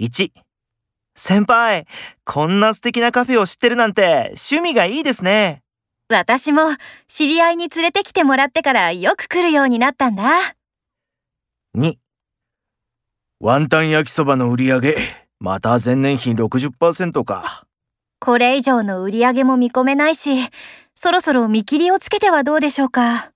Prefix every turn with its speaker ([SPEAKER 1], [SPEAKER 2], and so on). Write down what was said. [SPEAKER 1] 1先輩こんな素敵なカフェを知ってるなんて趣味がいいですね
[SPEAKER 2] 私も知り合いに連れてきてもらってからよく来るようになったんだ。
[SPEAKER 1] 2ワンタン焼きそばの売り上げまた前年比60%か
[SPEAKER 2] これ以上の売り上げも見込めないし、そろそろ見切りをつけてはどうでしょうか。